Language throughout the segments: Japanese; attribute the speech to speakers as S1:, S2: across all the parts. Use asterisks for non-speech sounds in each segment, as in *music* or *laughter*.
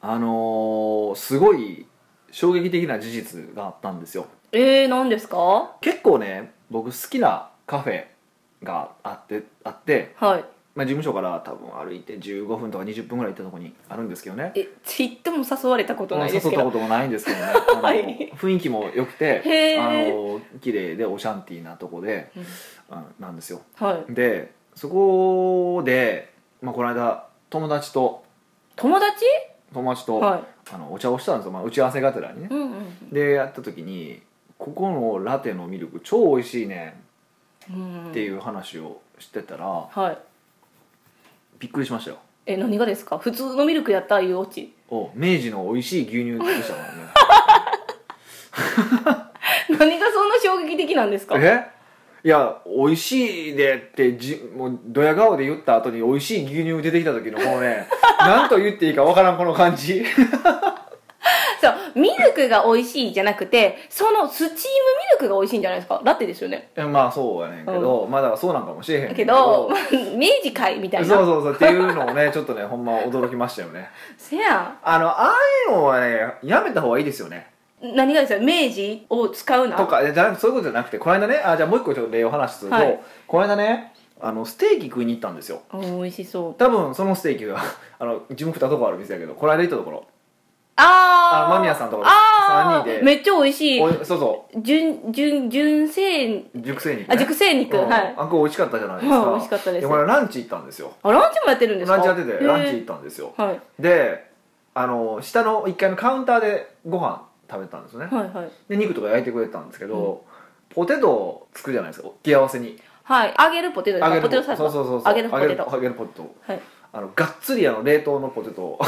S1: あのーすごい衝撃的な事実があったんですよ
S2: えー、何ですか
S1: 結構ね僕好きなカフェがあってあって、
S2: はい
S1: まあ、事務所から多分歩いて15分とか20分ぐらい行ったとこにあるんですけどね
S2: えちっとも誘われたことないです
S1: 誘
S2: け
S1: った
S2: ど
S1: こともないんですけ
S2: *laughs*
S1: どね、あの
S2: はい
S1: 雰囲気も良く
S2: へ
S1: て
S2: ー
S1: あの綺麗でオシャンティーなとこで、
S2: うん
S1: あなんですよ
S2: はい
S1: でそこで、まあ、この間友達と
S2: 友達
S1: 友達と、
S2: は
S1: あのお茶をしたんですよ、まあ、打ち合わせがてらにね
S2: い、うんうん
S1: でやった時に「ここのラテのミルク超美味しいね
S2: うん」
S1: っていうう話をしてたら、
S2: んはい
S1: びっくりしましたよ
S2: え何がですか普通のミルクやったいうオチ *laughs*
S1: お明治の美味しい牛乳でしたからね
S2: 何がそんな衝撃的なんですか *laughs*
S1: えいや美味しいでってじもうドヤ顔で言った後に美味しい牛乳出てきた時のこの
S2: *laughs*
S1: ねなんと言っていいかわからんこの感じ *laughs*
S2: そうミルクが美味しいじゃなくてそのスチームミルクが美味しいんじゃないですかラテですよね
S1: えまあそうやねんけど、まあだからそうなんかもしれへんねん
S2: けど明治会みたいな
S1: そうそうそうっていうのをねちょっとねほんま驚きましたよね
S2: せや
S1: あのああいうのはねやめた方がいいですよね
S2: ん何がですか明治を使うな
S1: とかえじゃなくそういうことじゃなくてこの間ねあじゃあもう一個ちょっと例を話すと、
S2: はい
S1: この間ねあのステーキ食いに行ったんですよ
S2: うん美味しそう
S1: 多分そのステーキが *laughs* あの自分2とこある店やけどこの間行ったところ
S2: あ
S1: あ
S2: ー
S1: 間宮さんとか
S2: あー
S1: 三人で
S2: めっちゃ美味しい
S1: おいそうそ
S2: 純純純正
S1: う熟成肉、ね、
S2: あ熟成肉
S1: うん
S2: はい
S1: あこれ美味しかったじゃないです
S2: は
S1: か
S2: い美味しかったです
S1: これランチ行ったんですよ
S2: あランチもやってるんですか
S1: ランチやってて
S2: へー
S1: ランチ行ったんですよ
S2: はい
S1: であの下の1階のカウンターでご飯食べたんですよね
S2: はいはい
S1: で肉とか焼いてくれてたんですけど、ポテトつくじゃないですか付き合わせに
S2: はい揚げるポテトですかポテトサラダ
S1: そうそうそうそう
S2: 揚げるポテト
S1: 揚げるポテト
S2: はい
S1: あのがっつりあの冷凍のポテト
S2: *laughs*
S1: を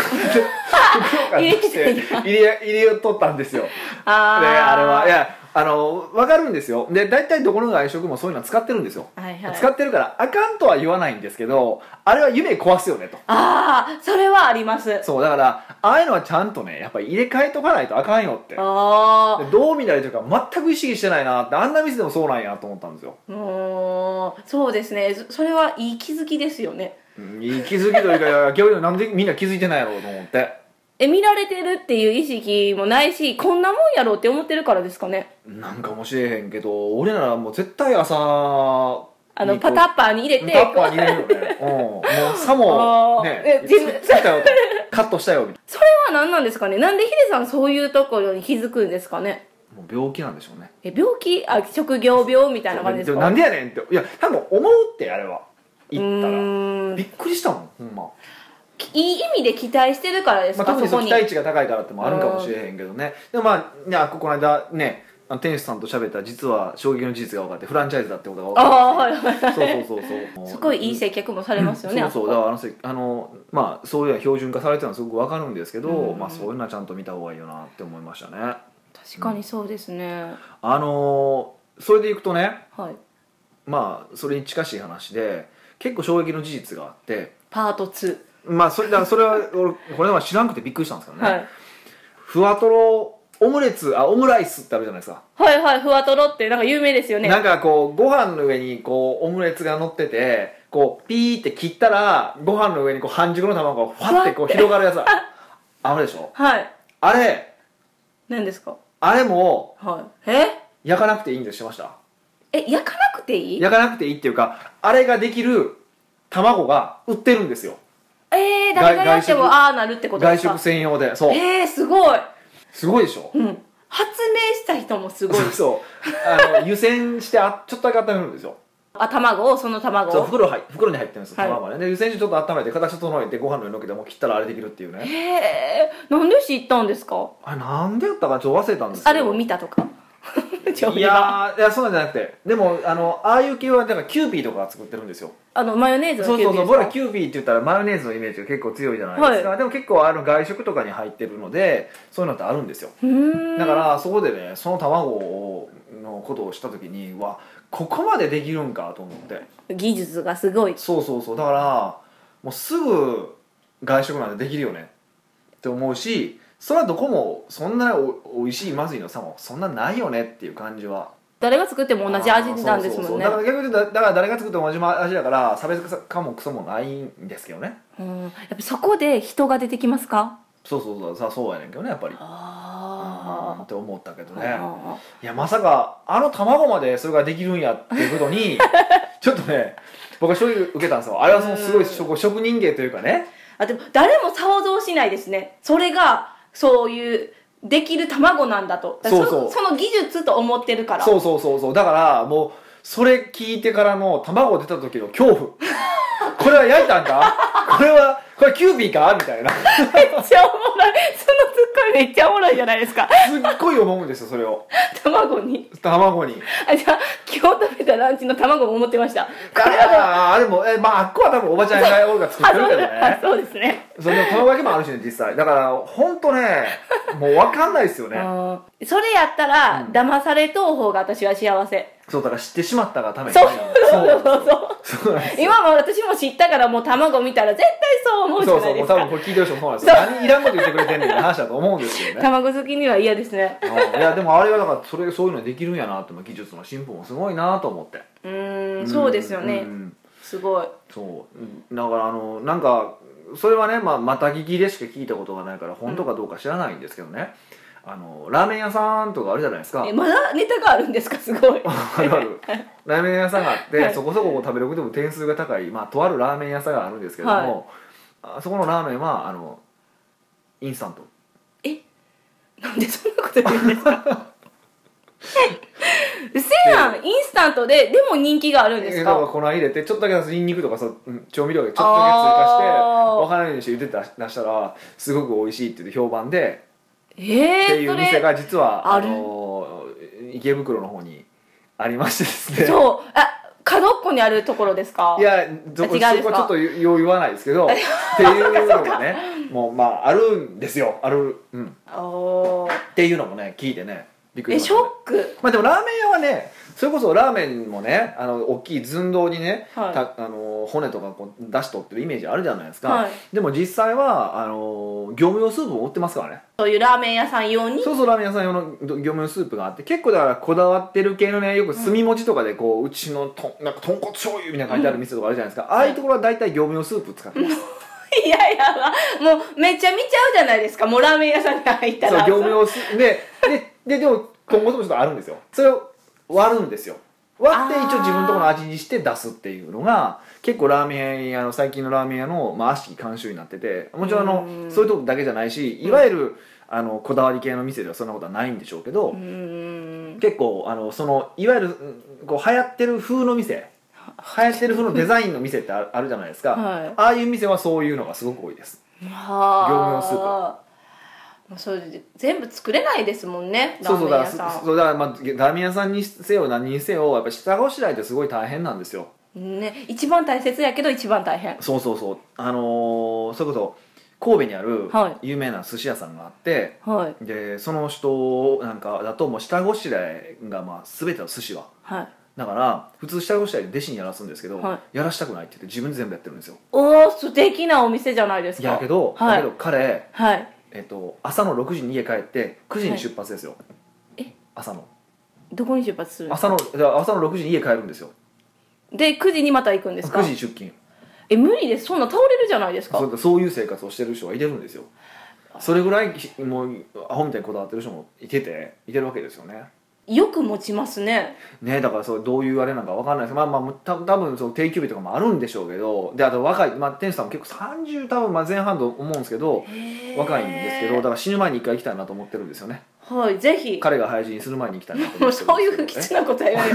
S2: 入れて
S1: 福岡に来
S2: た
S1: 入れ入れようとったんですよで
S2: あー
S1: あれはいやあの分かるんですよで大体どこの外食もそういうの使ってるんですよ、
S2: はいはい
S1: 使ってるからあかんとは言わないんですけどあれは夢壊すよねと
S2: ああそれはあります
S1: そうだからああいうのはちゃんとねやっぱり入れ替えとかないとあかんよって
S2: あ
S1: でどう見られてるか全く意識してないなってあんな店でもそうなんやと思ったんですよ、
S2: あもうそうですねそそれはいい気づきですよね
S1: うん、いい気づきというかいや逆になんでみんな気づいてないやろうと思って
S2: え見られてるっていう意識もないしこんなもんやろうって思ってるからですかね
S1: なんかもしれへんけど俺ならもう絶対朝
S2: あ
S1: に
S2: の
S1: こ
S2: パ
S1: う
S2: タッパーに入れ
S1: タ
S2: て
S1: ッパーに入れるよね、うん、もうさも
S2: *laughs* あー
S1: ね
S2: え全部
S1: つつったよとカットしたよみたい
S2: それは何なんですかねなんでヒデさんそういうところに気づくんですかね
S1: なもう病気なんでしょうね
S2: え病気あ職業病みたいな感じです
S1: でも
S2: か
S1: なんでやねんっていや多分思うってあれは言ったら
S2: うーん
S1: びっくりしたもんほんま、
S2: いい意味で期待してるからです
S1: まあ、
S2: か、
S1: 特に
S2: そ
S1: そ
S2: こ
S1: う
S2: に
S1: 期待値が高いからってもあるんかもしれへんけどねでもまあねあここの間ねあの店主さんと喋った実は衝撃の事実が分かってフランチャイズだってことが分
S2: あ
S1: か
S2: あはいはい
S1: ってそうそうそうそう
S2: すごいいい接客もされますよね、
S1: そうそうだからあのせあのまあそういうのは標準化されてるのはすごくわかるんですけど、
S2: うん
S1: まあそういうのはちゃんと見た方がいいよなって思いましたね
S2: 確かにそうですね、
S1: あのーそれでいくとね
S2: はい
S1: まあそれに近しい話で結構衝撃の事実があって
S2: パート2、
S1: まあそれだからそれは俺これは知らなくてびっくりしたんですけどね、
S2: はい、
S1: ふわとろオムレツあオムライスってあるじゃないですか、
S2: はいはいふわとろってなんか有名ですよね
S1: なんかこうご飯の上にこうオムレツが乗っててこうピーって切ったらご飯の上にこう半熟の卵がファってこう広がるや
S2: *laughs*
S1: つあるでしょ
S2: はい
S1: あれ
S2: 何ですか
S1: あれも
S2: はいえ
S1: 焼かなくていいんですしてました
S2: え焼かなくていい
S1: 焼かなくていいっていうかあれができる卵が売ってるんですよ
S2: えー、誰がやっても
S1: 外食
S2: ああなるってことで
S1: 外
S2: すか
S1: 食専用でそう
S2: えー、すごい、
S1: すごいでしょ
S2: うん、発明した人
S1: *laughs*
S2: もすごい
S1: そうそうあの湯煎してあちょっとだけ温めるんですよ
S2: あ卵をその卵
S1: そう
S2: を
S1: 袋はい袋に入ってるんですよ
S2: はい
S1: 卵がねで湯煎してちょっと温めて形整えてご飯の上にのっけてもう切ったらあれできるっていうね
S2: えー、なんで知ったんですか
S1: あれなんでやったかちょっと忘れたんですけど
S2: あれを見たとか
S1: い
S2: 調理場
S1: やーいやそうなんじゃなくてでもあのああいう系はだからキューピーとかが作ってるんですよ
S2: あのマヨネーズ
S1: そ
S2: の
S1: う
S2: キュ
S1: そ
S2: ー
S1: うそ
S2: ピー
S1: う
S2: です
S1: 僕
S2: から
S1: キューピーって言ったらマヨネーズのイメージが結構強いじゃないですか、でも結構あの外食とかに入ってるのでそういうのってあるんですよ
S2: うーん
S1: だからそこでねその卵をのことをした時にうわここまでできるんかと思って
S2: 技術がすごい
S1: そうそうそうだからもうすぐ外食なんてできるよねって思うしそれはどこもそんなおおいしいまずいのさもそんなないよねっていう感じは
S2: 誰が作っても同じ味なんですもんね
S1: あーそうそうそうだから逆に言うとだだから誰が作っても同じ味だから差別化もクソもないんですけどね
S2: うんやっぱそこで人が出てきますか
S1: そうそうそうさそうやねんけどねやっぱりうんっ
S2: あ
S1: て思ったけど
S2: あ、
S1: ね
S2: あ
S1: いやまさかあの卵までそれができるんやっていうこと *laughs* にちょっとね僕は衝撃受けたんですよあれはそのすごい職職人芸というかね
S2: あでも誰も想像しないですねそれがそういうできる卵なんだとだから
S1: そうそう
S2: その技術と思ってるから
S1: そうそうそうそうだからもうそれ聞いてからの卵出た時の恐 *laughs* 怖これは焼いたんかこれはこれキューピーかみたい *laughs* なす
S2: めっちゃおもろいそのツッコミめっちゃおもろいじゃないですか
S1: っごい思うんですよそれを
S2: 卵に
S1: 卵に
S2: あじゃあ今日食べたランチの卵も思ってました
S1: あれはあでもえまああっこは多分おばちゃんがが作っ
S2: あ
S1: て
S2: そ
S1: る
S2: う
S1: けど
S2: あ
S1: ね
S2: そうですね
S1: その卵焼きもあるしね実際だから本当ね
S2: *laughs*
S1: もう分かんないですよ
S2: う
S1: ね
S2: んそれやったら、
S1: うん
S2: 騙されとう方が私は幸せ
S1: そうだから知ってしまったがためにね
S2: そうそうそうそう
S1: そうそうなんですよ
S2: 今も私も知ったからもう卵見たら絶対そう思うじ
S1: そ
S2: ゃ
S1: う
S2: な
S1: そ
S2: いうで
S1: も
S2: す
S1: う多
S2: か
S1: 分これ聞いてる人もそうなんですよ何いらんこと言ってくれてんねんって話だと思うんですよね
S2: 卵好きには嫌ですね
S1: うんいやでもあれはだからそれそういうのできるんやなと思う技術の進歩もすごいなと思って
S2: うーんそうですよ
S1: う
S2: ね、
S1: ん
S2: すごい
S1: そううんだからあのなんかそれはね、まあ、また聞きでしか聞いたことがないから本当かどうか知らないんですけどね、あのラーメン屋さんとかあるじゃないですか
S2: えまだネタがあるんですかすごい
S1: *laughs* あるあるラーメン屋さんがあって、
S2: はい
S1: そこそこ食べログでも点数が高い、まあ、とあるラーメン屋さんがあるんですけども、あそこのラーメンはあのインスタント
S2: なんでそんなこと言うんですか
S1: *laughs*
S2: うせやんインスタントででも人気があるんで
S1: え
S2: す
S1: だから
S2: か
S1: 粉入れてちょっとだけニンニクとかそううん調味料でちょっとだけ追加し
S2: あ
S1: て
S2: ー
S1: わからないようにして茹でて出したらすごく美味しいって言って評判で、
S2: え
S1: って
S2: え
S1: いう
S2: そ
S1: 店
S2: れ
S1: が実は
S2: ある
S1: のー池袋の方にありましてですね
S2: そうあ角っこにあるところですか
S1: いやどこ
S2: 違うですか
S1: そこはちょっとよう言わないですけどって
S2: *laughs*
S1: いうのがねもうまああるんですよある、うん、
S2: おー
S1: っていうのもね聞いてねびっく
S2: え
S1: りし
S2: シ
S1: ま
S2: ョ
S1: した、
S2: ッ
S1: ね、
S2: ク
S1: まあでもラーメン屋はねそれこそラーメンもねあの大きい寸胴にね、
S2: はい
S1: たあの骨とかこう出し取ってるイメージあるじゃないですか、
S2: はい
S1: でも実際はあの業務用スープも売ってますからね
S2: そういうラーメン屋さん用に *laughs*
S1: そうそうラーメン屋さん用の業務用スープがあって結構だからこだわってる系のねよく炭文字とかでこう、うちのとんなんか豚骨醤油みたいな書いてある店とかあるじゃないですか、ああいうところは大体業務用スープ使ってます、
S2: いやいやもうめっちゃ見ちゃうじゃないですかもうラーメン屋さんに入った
S1: そう
S2: ら
S1: 業務用スープででででも豚骨もちょっとあるんですよそれを割るんですよ割って一応自分のところの味にして出すっていうのが結構ラーメン屋の最近のラーメン屋の、まあ、悪しき慣習になっててもちろんあの
S2: うん
S1: そういうとこだけじゃないしいわゆる、あのこだわり系の店ではそんなことはないんでしょうけど、
S2: うーん
S1: 結構あのそのいわゆるうんこう流行ってる風の店流行ってる風のデザインの店ってあるあるじゃないですか、
S2: はい
S1: ああいう店はそういうのがすごく多いです
S2: は
S1: 業務用スー
S2: もうそれで全部作れないですもんねラ
S1: そう
S2: ー
S1: そう
S2: メン
S1: だ
S2: 屋
S1: か
S2: さ
S1: ら
S2: ん
S1: そそうだから、まあ、ラーメン屋さんにせよ何にせよやっぱ下ごしらえってすごい大変なんですよ
S2: ね、一番大切やけど一番大変
S1: そうそうそうあのーそれこそ神戸にある
S2: は
S1: 有名な寿司屋さんがあって、
S2: はい
S1: でその人なんかだともう下ごしらえが、まあ、全ての寿司は
S2: はい
S1: だから普通下ごしらえで弟子にやらすんですけど、
S2: は
S1: やらしたくないって言って自分で全部やってるんですよ
S2: おお素敵なお店じゃないですか
S1: やけど、
S2: はい
S1: だけど彼、
S2: はい
S1: えっと、朝の6時に家帰って9時に出発ですよ、
S2: え
S1: 朝の
S2: どこに出発するんです
S1: 朝のだから朝の6時に家帰るんですよ
S2: で9時にまた行くんですか
S1: 9時に出勤
S2: え無理ですそんな倒れるじゃないですか
S1: そうそういう生活をしてる人がいてるんですよそれぐらいもうアホみたいにこだわってる人もいてていてるわけですよね
S2: よく持ちますね
S1: ねだからそうどういうあれなんかわかんないですまあまあた多分その定休日とかもあるんでしょうけどであと若い、まあ、店主さんも結構30多分まあ前半と思うんですけど若いんですけどだから死ぬ前に一回行きたいなと思ってるんですよね
S2: どはいぜひ
S1: 彼が廃人する前に行きたいなと思って
S2: も
S1: るん
S2: う
S1: ですけ
S2: そ
S1: ど
S2: ういう不吉なことは言わない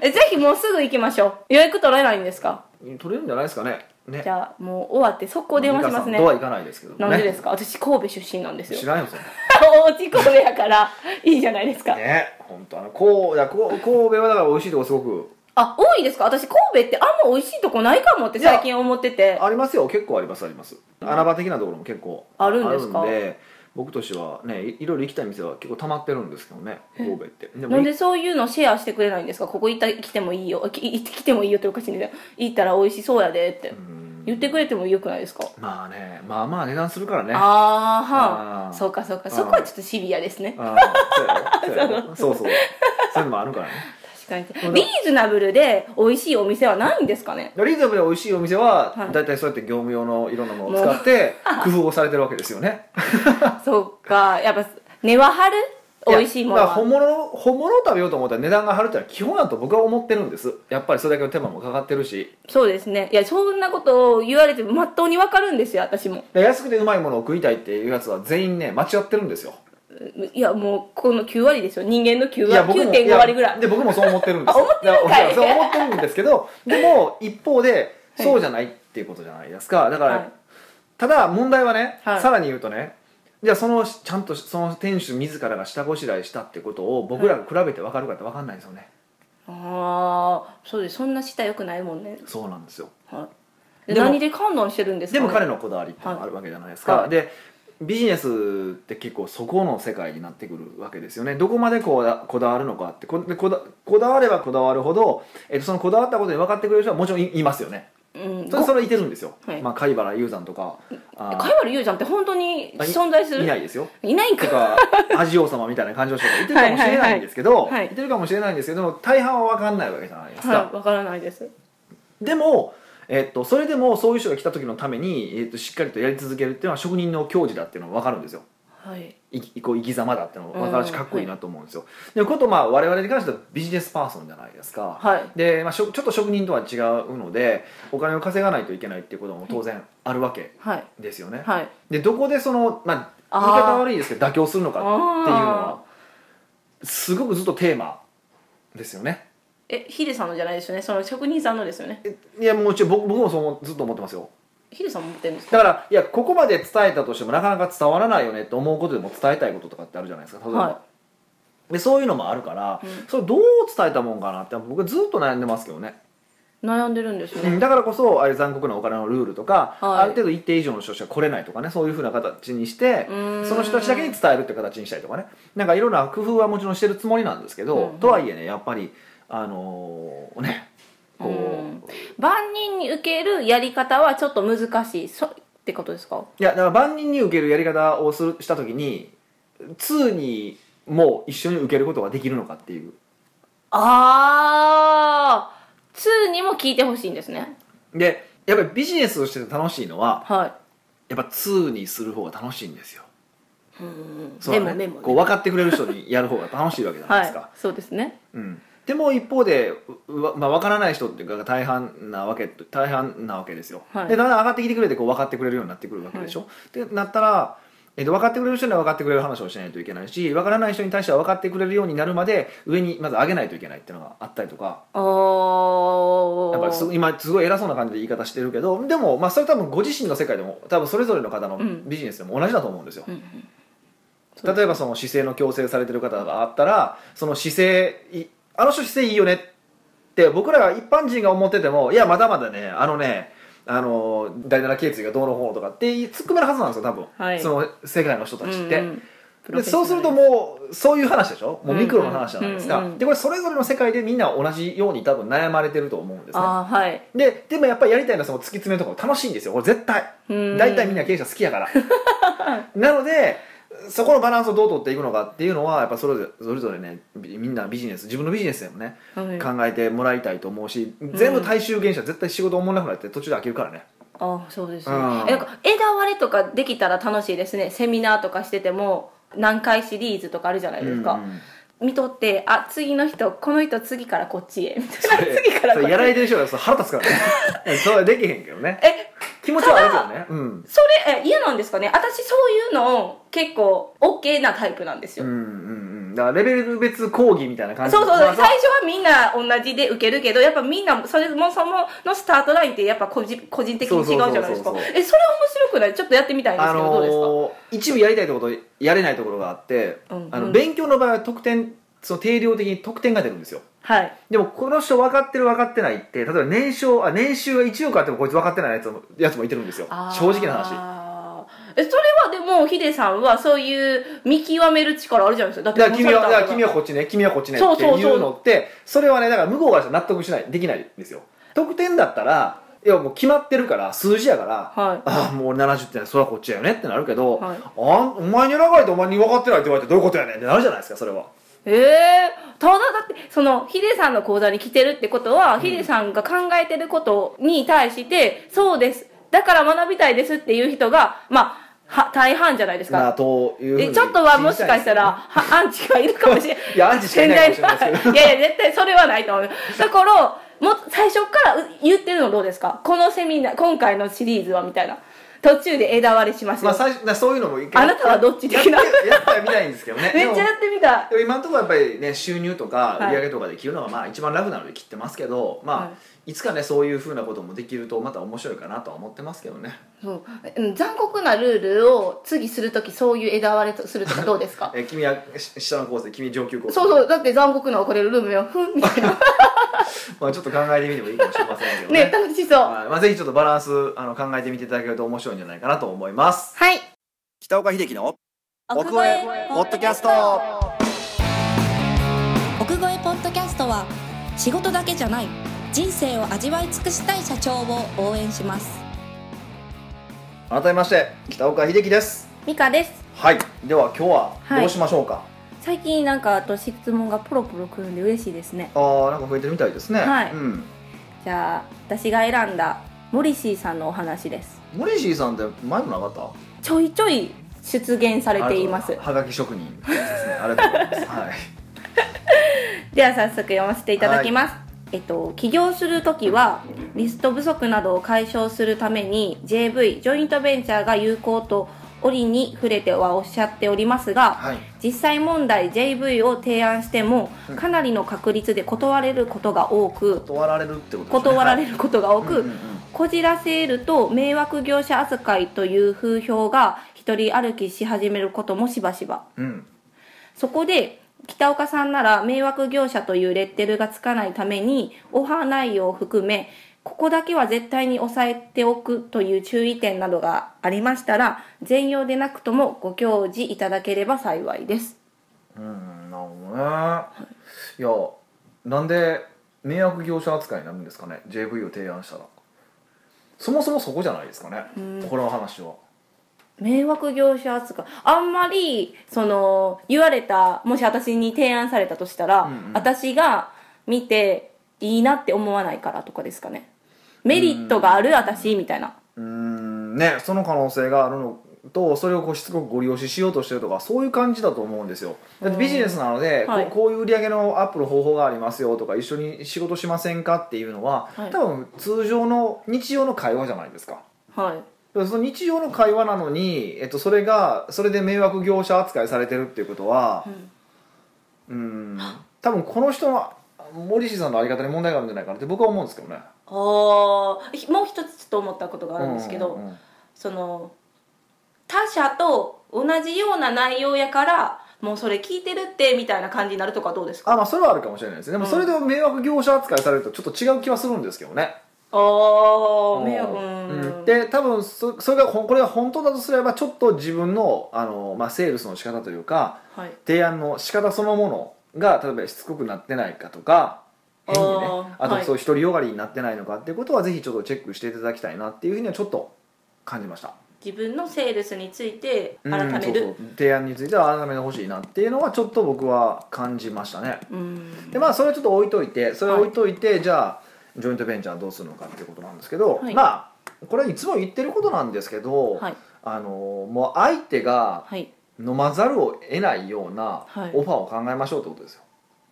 S2: えぜひもうすぐ行きましょう予約取れないんですか
S1: 取れるんじゃないですかね。ね。
S2: じゃあもう終わって速攻電話しますね
S1: とはいかないですけど、ね。
S2: なんでですか私神戸出身なんですよ *laughs*
S1: 知らんよそん
S2: おうち神戸やからいいじゃないですか、
S1: な。ね。本当あのこうだこう神戸はだから美味しいとこすごく
S2: あ多いですか私神戸ってあんま美味しいとこないかもって最近思ってて
S1: ありますよ。結構ありますあります。穴場的なところも結構
S2: あるんですか
S1: あるんで僕としてはねいいろいろ行きたい店は結構溜まってるんですけどね神戸って。で
S2: なんでそういうのシェアしてくれないんですかここ行った来てもいいよき行ってきてもいいよっておかしいんだよ行ったら美味しそうやでって
S1: うん
S2: 言ってくれてもよくないですか、
S1: まあねまあまあ値段するからね。
S2: ああ
S1: あ
S2: は
S1: ー
S2: んそうかそうか
S1: あー
S2: *laughs* そこはちょっとシビアですね
S1: あーそうやろそうやろそうそうそういうのもあるからね。
S2: 確かにリーズナブルで美味しいお店はないんですかね
S1: リーズナブルで美味しいお店は、
S2: はい
S1: だいたいそうやって業務用のいろんなものを使っ
S2: *laughs*
S1: て工夫をされてるわけですよね
S2: そっかやっぱ根は張る美味しいもの
S1: や
S2: は
S1: だから本物本物を食べようと思ったら値段が張るってのは基本だと僕は思ってるんですやっぱりそれだけの手間もかかってるし
S2: そうですねいやそんなことを言われてまっとうに分かるんですよ私も
S1: で安くてうまいものを食いたいっていうやつは全員ね間違ってるんですよ
S2: いやもうこの9割ですよ人間の9
S1: いや
S2: 割
S1: 僕もい
S2: 9.5
S1: や
S2: 割ぐらい
S1: で僕もそう思ってるんです
S2: *laughs* あ思ってるんかい
S1: やそう思ってるんですけ
S2: *laughs*
S1: どでも一方で
S2: はい
S1: そうじゃないっていうことじゃないですかだから、
S2: はい
S1: ただ問題はね、
S2: はい
S1: さらに言うとねじゃあそのちゃんとその店主自らが下ごしらえしたってことを僕らが比べて分かるかって分かんないんですよね、
S2: ああそうですそんな舌良くないもんね、
S1: そうなんですよ
S2: はい、で
S1: でも
S2: 何で判断してるんですか、
S1: で
S2: ね、
S1: も彼のこだわりってのがあるわけじゃないですか、
S2: はい
S1: でビジネスって結構そこの世界になってくるわけですよねどこまでこだこだわるのかってこでこだこだわればこだわるほど、えっと、そのこだわったことに分かってくれる人はもちろんいいますよね
S2: うん
S1: それそれいてるんですよ、
S2: はい
S1: まあ、貝原雄山とかあー
S2: 貝原優ちゃんって本当に存在する
S1: いないですよ
S2: いないん
S1: と
S2: か
S1: か *laughs* 味王様みたいな感じの人がいてるかもしれないんですけど、
S2: はいはいはいはい
S1: いてるかもしれないんですけど大半は分かんないわけじゃないですか、
S2: はい、わからないです
S1: でも、えっと、それでもそういう人が来た時のために、えっと、しっかりとやり続けるっていうのは職人の教示だっていうのが分かるんですよ
S2: はい
S1: いこう生き様だっていうのが分かるし
S2: うん
S1: かっこいいなと思うんですよ、でことまあ我々に関してはビジネスパーソンじゃないですか、
S2: はい
S1: で、まあ、しょちょっと職人とは違うのでお金を稼がないといけないっていうことも当然あるわけ
S2: はい
S1: ですよね、
S2: はい
S1: でどこでその、まあ、言い方悪いですけど妥協するのかっていうのはすごくずっとテーマですよね
S2: えヒデさんのじゃないですよねその職人さんのですよね
S1: えいやもちろん僕僕もそう思ずっと思ってますよ
S2: ヒデさんも持ってるんですか
S1: だからいやここまで伝えたとしてもなかなか伝わらないよねって思うことでも伝えたいこととかってあるじゃないですか例えば、
S2: は
S1: でそういうのもあるから、
S2: うん
S1: それどう伝えたもんかなって僕はずっと悩んでますけどね、
S2: い悩んでるんです
S1: う
S2: ね
S1: んだからこそああいう残酷なお金のルールとか、
S2: はい
S1: ある程度一定以上の人しか来れないとかねそういうふうな形にして
S2: うーん
S1: その人たちだけに伝えるって形にしたりとかねなんかいろんな工夫はもちろんしてるつもりなんですけど、
S2: うん
S1: とはいえねやっぱりあのーねこう、
S2: うん万人に受けるやり方はちょっと難しいそってことですか
S1: いやだから万人に受けるやり方をするした時に2にも一緒に受けることができるのかっていう
S2: ああ2にも聞いてほしいんですね
S1: でやっぱりビジネスをしてて楽しいのは
S2: は
S1: やっぱ2にする方が楽しいんですよ
S2: いうん
S1: そうだ
S2: メモ
S1: ね
S2: メモ
S1: こう分かってくれる人にやる方が楽しいわけじゃない
S2: は
S1: です
S2: い
S1: か、
S2: そうですね
S1: うん、でも一方でううわまあ、分からない人っていうかが大半なわけ大半なわけですよ、
S2: はい
S1: でだんだん上がってきてくれてこう分かってくれるようになってくるわけでしょ、ってなったら、えっと、分かってくれる人には分かってくれる話をしないといけないし分からない人に対しては分かってくれるようになるまで上にまず上げないといけないっていうのがあったりとか
S2: ああ
S1: やっぱりすごい今すごい偉そうな感じで言い方してるけどでも、まあ、それ多分ご自身の世界でも多分それぞれの方の
S2: うん
S1: ビジネスでも同じだと思うんですよ、
S2: うんうんそう
S1: 例えばその姿勢の矯正されてる方があったらその姿勢いあの人姿勢いいよねって僕らが一般人が思っててもいやまだまだねあのねあの第7頸椎がどうのこうのとかって突っ込めるはずなんですよ多分、
S2: はい
S1: その世界の人たちって、
S2: うんうんプロ
S1: で
S2: フェッシ
S1: そ
S2: ョ
S1: う
S2: ナル
S1: するともうそういう話でしょもうミクロの話じゃ
S2: うんうん
S1: ないですか、
S2: うんうん
S1: でこれそれぞれの世界でみんな同じように多分悩まれてると思うんですね
S2: ああはい
S1: ででもやっぱりやりたいのはその突き詰めるとかも楽しいんですよこれ絶対
S2: うん
S1: 大体みんな経営者好きやから
S2: *laughs*
S1: なのでそこのバランスをどう取っていくのかっていうのはやっぱそれぞれそれぞれねびみんなビジネス自分のビジネスでもね、
S2: はい
S1: 考えてもらいたいと思うし全部大衆現象絶対仕事思わなくなって途中で飽きるからね
S2: ああそうですね、
S1: うん
S2: えなんか枝割れとかできたら楽しいですねセミナーとかしてても何回シリーズとかあるじゃないですか、
S1: うんうん
S2: 見とってあ次の人この人次からこっちへみた
S1: そ
S2: い
S1: れ
S2: な *laughs* 次から
S1: そ
S2: こっち
S1: れやられてる人がそう腹立つから
S2: *laughs*
S1: ねそうできへんけどね
S2: え
S1: 気持ちはあるけどねうん
S2: それえ嫌なんですかね私そういうの結構 OK なタイプなんです
S1: う
S2: よ、
S1: んうんうんだからレベル別講義みたいな感じ
S2: そうそうそう、
S1: まあ
S2: 最初はみんな同じで受けるけどやっぱみんなそれもそものスタートラインってやっぱ個人個人的に違うじゃないですか
S1: そうそうそうそう
S2: えそれ面白くないちょっとやってみたいんで
S1: あ
S2: すけど、どうですか
S1: のー一部やりたいところとやれないところがあって、
S2: うん
S1: あ
S2: う
S1: の
S2: ん
S1: 勉強の場合は得点その定量的に得点が出るんですよ
S2: はい
S1: でもこの人分かってる分かってないって例えば年商あ年収が1億あってもこいつ分かってないやつもやつもいてるんですよ
S2: あー
S1: 正直な話
S2: えそれはでもヒデさんはそういう見極める力あるじゃないですか
S1: だから君は
S2: コ
S1: だ
S2: ン
S1: か
S2: サル
S1: ら君は
S2: タント
S1: こっちね君はこっちね
S2: そう
S1: って
S2: そうそう
S1: いうのってそれはねだから向こうが納得しないできないんですよ得点だったらいやもう決まってるから数字やから、
S2: はい
S1: ああもう俺70点それはこっちやよねってなるけど、
S2: はい
S1: あんお前に偉いとお前に分かってないって言われてどういうことやねんってなるじゃないですかそれは
S2: ええただだってそのヒデさんの講座に来てるってことは、ヒデさんが考えてることに対してそうですだから学びたいですっていう人がまあは大半じゃないです
S1: な
S2: か
S1: あというふうに
S2: えちょっとはもしかしたらはアンチがいるかもしれない
S1: *laughs* いやアンチしかいないかもしれないですけど
S2: *laughs* いやいや絶対それはないと思うだからもう最初からう言ってるのどうですかこのセミナー今回のシリーズはみたいな途中で枝割れしますよ、
S1: まあ最初なそういうのもいいけど
S2: あなたはどっち的
S1: や
S2: な
S1: ってやってはみたいんですけどね
S2: *laughs* めっちゃやってみた
S1: でも今のところやっぱりね収入とか
S2: はい
S1: 売上とかで切るのがまあ一番楽なので切ってますけど、まあ、、
S2: はい
S1: つかねそういうふうなこともできるとまた面白いかなとは思ってますけどね
S2: そううん残酷なルールを次するときそういう枝割れとするとかどうで
S1: *laughs*
S2: すか
S1: え君はし下のコースで君上級コース
S2: そうそうだって残酷な怒れるルームよふんみたいな
S1: まあ、ちょっと考えてみてもいいかもしれませんけ *laughs* どね
S2: *laughs* ね楽しそう
S1: はいまあ、ぜひちょっとバランスあの考えてみていただけると面白いんじゃないかなと思います
S2: はい
S1: 北岡秀樹の奥越えポッドキャスト
S3: 奥越えポッドキャストは仕事だけじゃない人生を味わい尽くしたい社長を応援します
S1: 改めまして北岡秀樹です
S2: ミカです
S1: はいでは今日は
S2: はい
S1: どうしましょうか、
S2: 最近なんかと質問がポロポロくるんで嬉しいですね
S1: ああなんか増えてるみたいですね
S2: はい
S1: うん
S2: じゃあ私が選んだモリシーさんのお話です
S1: モリシーさんって前もなかった
S2: ちょいちょい出現されています
S1: はがき職人ですね。ありがとうございます。
S2: *laughs*
S1: はい。
S2: では早速読ませていただきます、えっと起業する時はリスト不足などを解消するために JV ジョイントベンチャーが有効と折に触れてはおっしゃっておりますが、
S1: はい。
S2: 実際問題 JV を提案しても
S1: うん
S2: かなりの確率で断れることが多く
S1: 断られるってことですね。
S2: 断られ
S1: る。
S2: ることが多く、
S1: うんうんうん
S2: こじらせると迷惑業者扱いという風評が一人歩きし始めることもしばしば
S1: うん。
S2: そこで北岡さんなら迷惑業者というレッテルがつかないためにオファー内容を含めここだけは絶対に押さえておくという注意点などがありましたら全容でなくともご教示いただければ幸いです
S1: うん。なるほどね。いや、なんで迷惑業者扱いになるんですかね。JV を提案したら。そもそもそこじゃないですかね。この話は。
S2: 迷惑業者扱いあんまりその言われたもし私に提案されたとしたら、
S1: うんうん
S2: 私が見ていいなって思わないからとかですかねメリットがある私みたいな
S1: うん。ね、その可能性があるの。とそれをこうしつこくご利用ししようとしてるとかそういう感じだと思うんですよだってビジネスなので、
S2: はい
S1: こうこういう売り上げのアップの方法がありますよとか一緒に仕事しませんかっていうのは、
S2: はい
S1: 多分通常の日常の会話じゃないですか
S2: はい
S1: その日常の会話なのに、えっと、それがそれで迷惑業者扱いされてるっていうことはうん多分この人の森氏さんのあり方に問題があるんじゃないかなって僕は思うんですけどね。
S2: あーひもう一つちょっと思ったことが
S1: う
S2: ある
S1: ん
S2: んですけど、
S1: うんうん
S2: その他者と同じような内容やからもうそれ聞いてるってみたいな感じになるとかどうですか
S1: あまあそれはあるかもしれないですねでも
S2: うん
S1: それでも迷惑業者扱いされるとちょっと違う気はするんですけどね。
S2: あー迷惑
S1: うん、で多分そそれがほんこれが本当だとすればちょっと自分のあの、まあ、セールスの仕方というか
S2: はい
S1: 提案の仕方そのものが例えばしつこくなってないかとか変にね
S2: あー
S1: あ
S2: は
S1: と
S2: い
S1: そう独りよがりになってないのかっていうことはぜひちょっとチェックしていただきたいなっていうふうにはちょっと感じました
S2: 自分のセールスについて
S1: うん
S2: 改め
S1: そう
S2: る
S1: そう提案については改めてほしいなっていうのはちょっと僕は感じましたね
S2: うん
S1: でまあそれはちょっと置いといてそれは置いといて、じゃあジョイントベンチャーどうするのかっていうことなんですけど、
S2: はい
S1: まあこれいつも言ってることなんですけど、
S2: はい
S1: あのもう相手が
S2: はい
S1: 飲まざるを得ないような
S2: はい
S1: オファーを考えましょうってことですよ、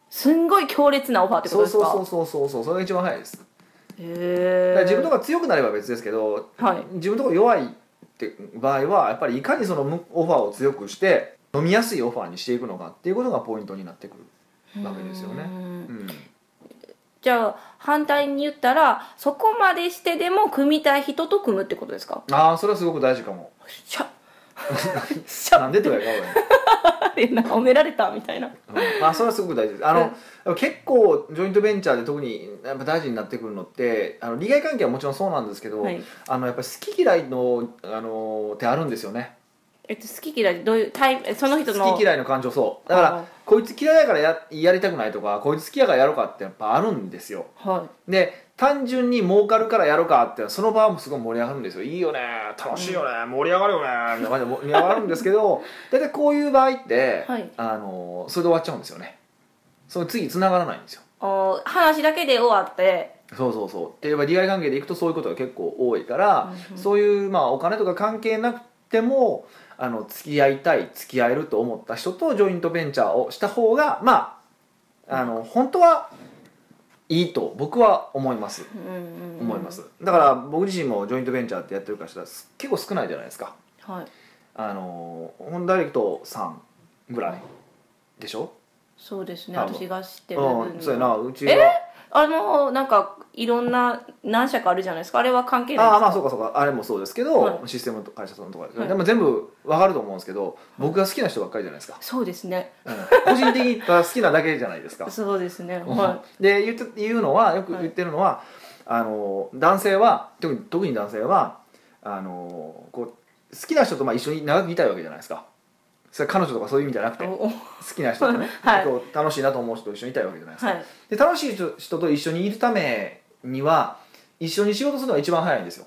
S2: すんごい強烈なオファーってこ
S1: そ
S2: と
S1: う
S2: です
S1: そう
S2: か
S1: そうそうそうそうそれが一番早いですだ
S2: へ
S1: から
S2: え
S1: 自分とか強くなれば別ですけど、
S2: はい
S1: 自分とか弱いって場合はやっぱりいかにそのむオファーを強くして飲みやすいオファーにしていくのかっていうことがポイントになってくるわけですよね。
S2: ね
S1: うん
S2: じゃあ反対に言ったらそこまでしてでも組みたい人と組むってことですか
S1: ああそれはすごく大事かも。
S2: しゃ *laughs* し
S1: な
S2: ゃ
S1: んでとか言うか
S2: ってなんか褒められたみたいな
S1: 俺、 *laughs* うん、まあそれはすごく大事です。あの、結構ジョイントベンチャーで特にやっぱ大事になってくるのってあの利害関係はもちろんそうなんですけど、
S2: はい
S1: あのやっぱり好き嫌いのあのってあるんですよね。
S2: えっと好き嫌いってどういうタイプえその人の
S1: 好き嫌いの感情そうだか
S2: ああ
S1: らこいつ嫌いやからややりたくないとかこいつ好きやからやろうかってやっぱあるんですよ
S2: は
S1: で単純に儲かるからやろうかってその場もすごい盛り上がるんですよいいよね楽しいよね、盛り上がるよね
S2: *laughs*
S1: みたいな感じで盛り上がるんですけど大体こういう場合って、
S2: はい
S1: あのそれで終わっちゃうんですよねその次に繋がらないんですよ
S2: お話だけで終わって
S1: そうそうそうって言えば利害関係でいくとそういうことが結構多いから、
S2: うんうん
S1: そういう、まあ、お金とか関係なくてもあの付き合いたい付き合えると思った人とジョイントベンチャーをした方がまああの本当はいいと僕は思います思
S2: 思
S1: いま、すだから僕自身もジョイントベンチャーってやってるからしたらす結構少ないじゃないですか
S2: はい、
S1: あのホンダイレクト3ぐらいでしょ
S2: そうですね
S1: 多分
S2: 私が知ってる分
S1: うんそうやなうちは
S2: えあのなんかいろんな何社かあるじゃないですかあれは関係ない
S1: ああまあ
S2: です
S1: そうかそうかあれもそうですけど、
S2: はい
S1: システムと会社さんのとかですね、
S2: はい
S1: でも全部わかると思うんですけど僕が好きな人ばっかりじゃないですか、
S2: そうですね
S1: うん個人的に好きなだけじゃないですか、
S2: そうですねは
S1: で言って言うのはよく言ってるのは、あの男性は特に特に男性はあのこう好きな人とまあ一緒に長くいたいわけじゃないですかそれは彼女とかそういう意味じゃなく
S2: い
S1: て好
S2: おお
S1: きな人とね、
S2: *laughs* はい
S1: こう楽しいなと思う人と一緒にいたいわけじゃないですか、
S2: はい
S1: で楽しい人人と一緒にいるためには一緒に仕事するのが一番早いんですよ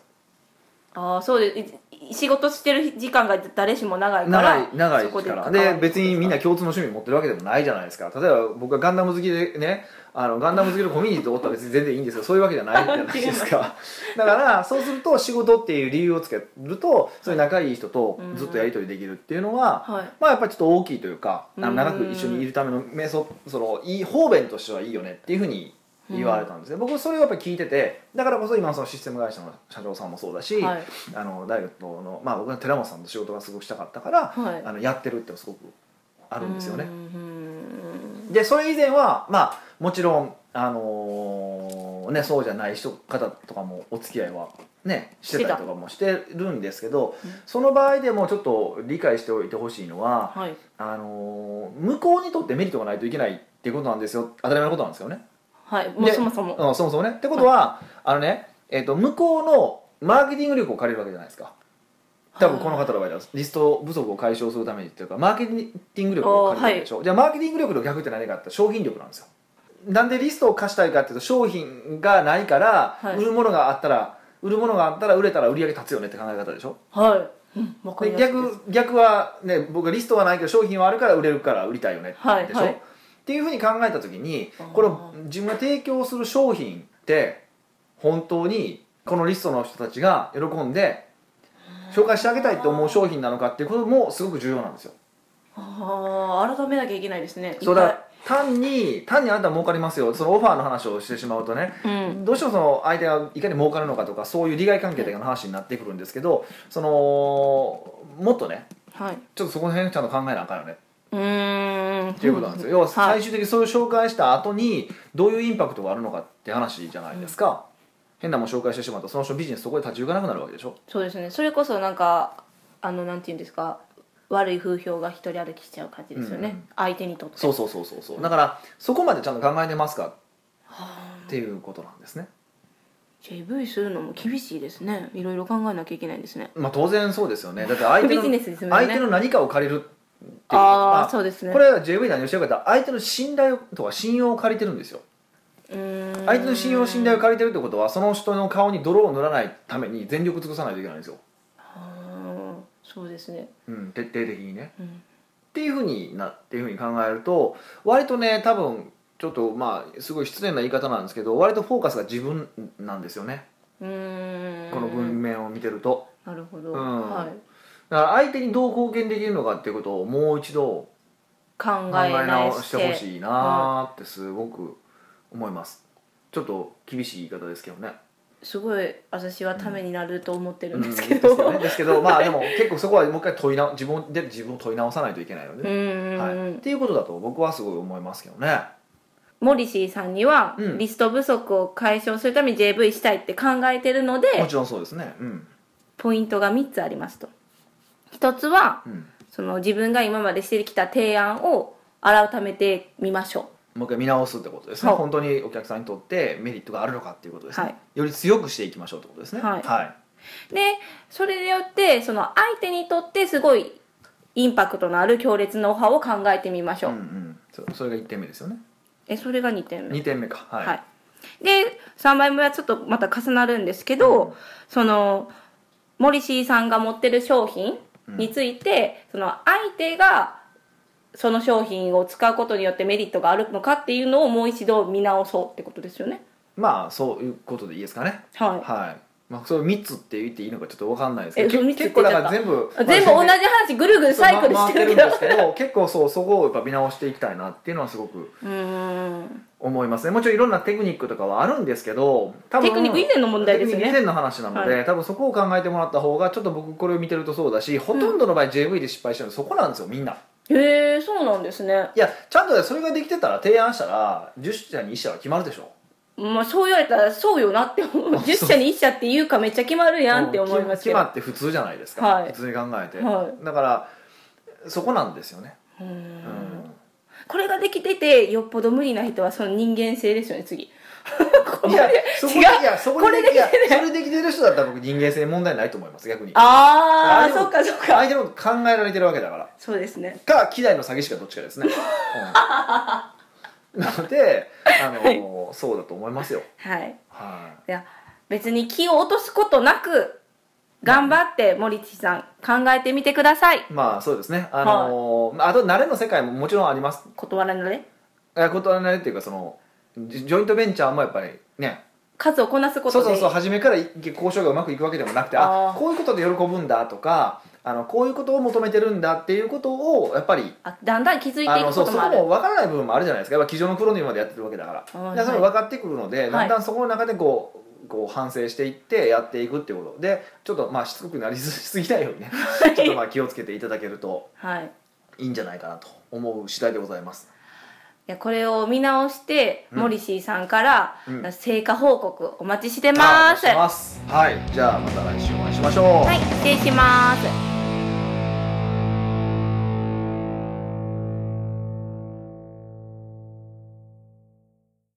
S2: ああそうですい仕事してる時間が誰しも長いか
S1: 長
S2: ら
S1: い長い
S2: そこ
S1: ですから
S2: 関わる
S1: で別にみんな共通の趣味持ってるわけでもないじゃないですか例えば僕がガンダム好きでねあのガンダム好きのコミュニティとおったら別に全然いいんですよそういうわけじゃないじゃないですかだ
S2: *laughs*
S1: からそうすると仕事っていう理由をつけるとそういう仲いい人とずっとやり取りできるっていうのは、
S2: はい
S1: まあやっぱりちょっと大きいというかあの
S2: うん
S1: 長く一緒にいるためのメソそのいい方便としてはいいよねっていうふうに言われたんですね、僕それをやっぱり聞いててだからこそ今のそのシステム会社の社長さんもそうだし、
S2: はい
S1: あの大学の、まあ、僕は寺本さんと仕事がすごくしたかったから、
S2: はい
S1: あのやってるってのすごくあ
S2: あ
S1: るんですよね。
S2: ね
S1: でそれ以前は、まあ、もちろん、あのーね、そうじゃない人方とかもお付き合いは、ね、してたりとかもしてるんですけど
S2: うん
S1: その場合でもちょっと理解しておいてほしいのは、
S2: はい
S1: あのー向こうにとってメリットがないといけないっていうことなんですよ当たり前のことなんですよね。
S2: はいもう
S1: で
S2: そもそも
S1: うん、そもそもねってことは、あのね、えっと向こうのマーケティング力を借りるわけじゃないですか多分この方の場合だとリスト不足を解消するためにっていうかマーケティング力を借りるわけでしょ、じゃあマーケティング力の逆って何かって言ったら商品力なんですよなんでリストを貸したいかっていうと商品がないから、
S2: はい
S1: 売るものがあったら売るものがあったら売れたら売り上げ立つよねって考え方でしょ
S2: はいうんわかり
S1: で
S2: やすいです
S1: 逆逆はね僕はリストはないけど商品はあるから売れるから売りたいよねでしょ、
S2: はいはい
S1: っていうふうに考えた時に
S2: あー
S1: これ自分が提供する商品って本当にこのリストの人たちが喜んで紹介してあげたいと思う商品なのかっていうこともすごく重要なんですよ。
S2: ああ改めなきゃいけないですね
S1: そうだ単に単にあなたは儲かりますよそのオファーの話をしてしまうとね
S2: いっぱいうん
S1: どうしてもその相手がいかに儲かるのかとかそういう利害関係とかの話になってくるんですけどそのもっとね
S2: はい
S1: ちょっとそこの辺ちゃんと考えなあかんよね
S2: うーんっ
S1: っていうことなんですよ、要は最終的にそれを紹介した後にどういうインパクトがあるのかって話じゃないですか、変なもん紹介してしまうとその人ビジネスそこで立ち行かなくなるわけでしょ
S2: そうですねそれこそなんかあのなんて言うんですか悪い風評が一人歩きしちゃう感じですよね、
S1: うんうん
S2: 相手にとって
S1: そうそうそうそうそうだからそこまでちゃんと考えてますかっていうことなんですね
S2: JV するのも厳しいですねいろいろ考えなきゃいけないんですね
S1: まあ当然そうですよねだって相手の
S2: ビジネスですもんね
S1: 相手の何かを借りるっていうこと
S2: ああ
S1: まあ
S2: そうですね
S1: これは JV 何をしてるかって相手の信頼とか信用を借りてるんですよ
S2: うーん
S1: 相手の信用信頼を借りてるってことはその人の顔に泥を塗らないために全力尽くさないといけないんですよ、
S2: あーそうですね、
S1: うん、徹底的にね
S2: うん、
S1: っていうふうになっていうふうに考えると割とね多分ちょっとまあすごい失礼な言い方なんですけど割とフォーカスが自分なんですよね
S2: うーん
S1: この文面を見てると
S2: なるほど、
S1: うん
S2: はい、
S1: だから相手にどう貢献できるのかっていうことをもう一度
S2: 考
S1: 考
S2: え
S1: え
S2: 直
S1: 直
S2: し
S1: しててほしいなーってすごく思いますちょっと厳しい言い方ですけどね
S2: すごい私はためになると思ってるんです
S1: う
S2: け
S1: んです
S2: ど、
S1: よ
S2: *laughs*
S1: ねですけどまあでも結構そこはもう一回問いな自分で自分を問い直さないといけないの
S2: *laughs*
S1: で、
S2: うん、
S1: はい、っていうことだと僕はすごい思いますけどね
S2: モリシーさんには、
S1: うん
S2: リスト不足を解消するために JV したいって考えてるので
S1: もちろんそうですねうん
S2: ポイントが3つありますと1つは
S1: うん
S2: その自分が今までしてきた提案を改めてみましょ
S1: もう一回見直すってことですね、
S2: はい
S1: 本当にお客さんにとってメリットがあるのかっていうことですね、
S2: はい
S1: より強くしていきましょうってことですね
S2: はい
S1: は
S2: うでそれによってその相手にとってすごいインパクトのある強烈なオファーを考えてみまし
S1: い
S2: ょう、
S1: うんうん、そそれが1点目ですよね
S2: えそれが2点目
S1: 2点目かはい、
S2: はい、で3枚目はちょっとまた重なるんですけど、
S1: うん
S2: そのモリシーさんが持ってる商品について、その相手がその商品を使うことによってメリットがあるのかっていうのをもう一度見直そうってことですよね。
S1: まあそういうことでいいですかね
S2: はい。
S1: はい、まあ、それ3つって言っていいのかちょっと分かんないですけど
S2: えそう
S1: け
S2: 三つって
S1: 結
S2: 言
S1: 構
S2: っち
S1: だ
S2: ゃっ
S1: か
S2: た
S1: ら全部
S2: 全部同じ話ぐるぐるサイクルしてるけど。
S1: そうまあ回ってるんですけど *laughs* 結構そうそこをやっぱ見直していきたいなっていうのはすごく
S2: うーん。
S1: 思いますねもちろんいろんなテクニックとかはあるんですけど多分
S2: テクニック以前の問題ですよ
S1: 以
S2: ね。
S1: 前の話なので、
S2: は
S1: 多分そこを考えてもらった方がちょっと僕これを見てるとそうだしほとんどの場合 JV で失敗してるのそこなんですよみんな
S2: へえ、そうなんですね。
S1: いやちゃんとそれができてたら提案したら10社に1社は決まるでしょ
S2: まあそう言われたらそうよなって思う。
S1: あそう
S2: 10社に1社っていうかめっちゃ決まるやんって思います
S1: 決
S2: けど。
S1: まって普通じゃないですか、
S2: はい
S1: 普通に考えて、
S2: は
S1: だからそこなんですよね、
S2: うー
S1: うん
S2: んこれができててよっぽど無理な人はその人間性ですよ
S1: *laughs*
S2: ね次こ
S1: い
S2: れ
S1: やそこでい
S2: 違う
S1: やそこで
S2: これできて
S1: いやそれできてる人だったら僕人間性問題ないと思います逆に
S2: あ
S1: で
S2: あ
S1: も
S2: そっかそっか
S1: 相手のこと考えられてるわけだから
S2: そうですね
S1: か希代の詐欺師かどっちかですね、うんなのであの、そうだと思いますよ
S2: はい
S1: はい
S2: や別に気を落とすことなく頑張って森地さん考えてみてください
S1: いまあそうですねあのーあと慣れの世界ももちろんあります
S2: 断らないで
S1: え断らないっていうかそのジジョイントベンチャーもやっぱりね
S2: 数をこなすこ
S1: そ
S2: と
S1: う
S2: で
S1: そうそう初めからい交渉がうまくいくわけでもなくてあ
S2: あー
S1: こういうことで喜ぶんだとかあのこういうことを求めてるんだっていうことをやっぱり
S2: あだんだん気づい
S1: あ
S2: てい
S1: の
S2: く
S1: そ
S2: こ
S1: う
S2: と
S1: そこ
S2: もある
S1: も分からない部分もあるじゃないですかやっぱ机上のプロにまでやってるわけだから
S2: あー
S1: だからそれ
S2: は
S1: 分かってくるので、
S2: い
S1: だんだんそこの中でこうこう反省していってやっていくっていうことでちょっとまあしつこくなりすしすぎないよ
S2: *laughs*
S1: うにねちょっとまあ気をつけていただけると
S2: はいい
S1: いいんじゃないかなと思う次第でございます
S2: やこれを見直して、
S1: うん
S2: モリシーさんから、
S1: うん
S2: 成果報告お待ちして
S1: あ
S2: ま
S1: お願い
S2: す
S1: しますはいじゃあまた来週お会いしましょう、
S2: はい失礼します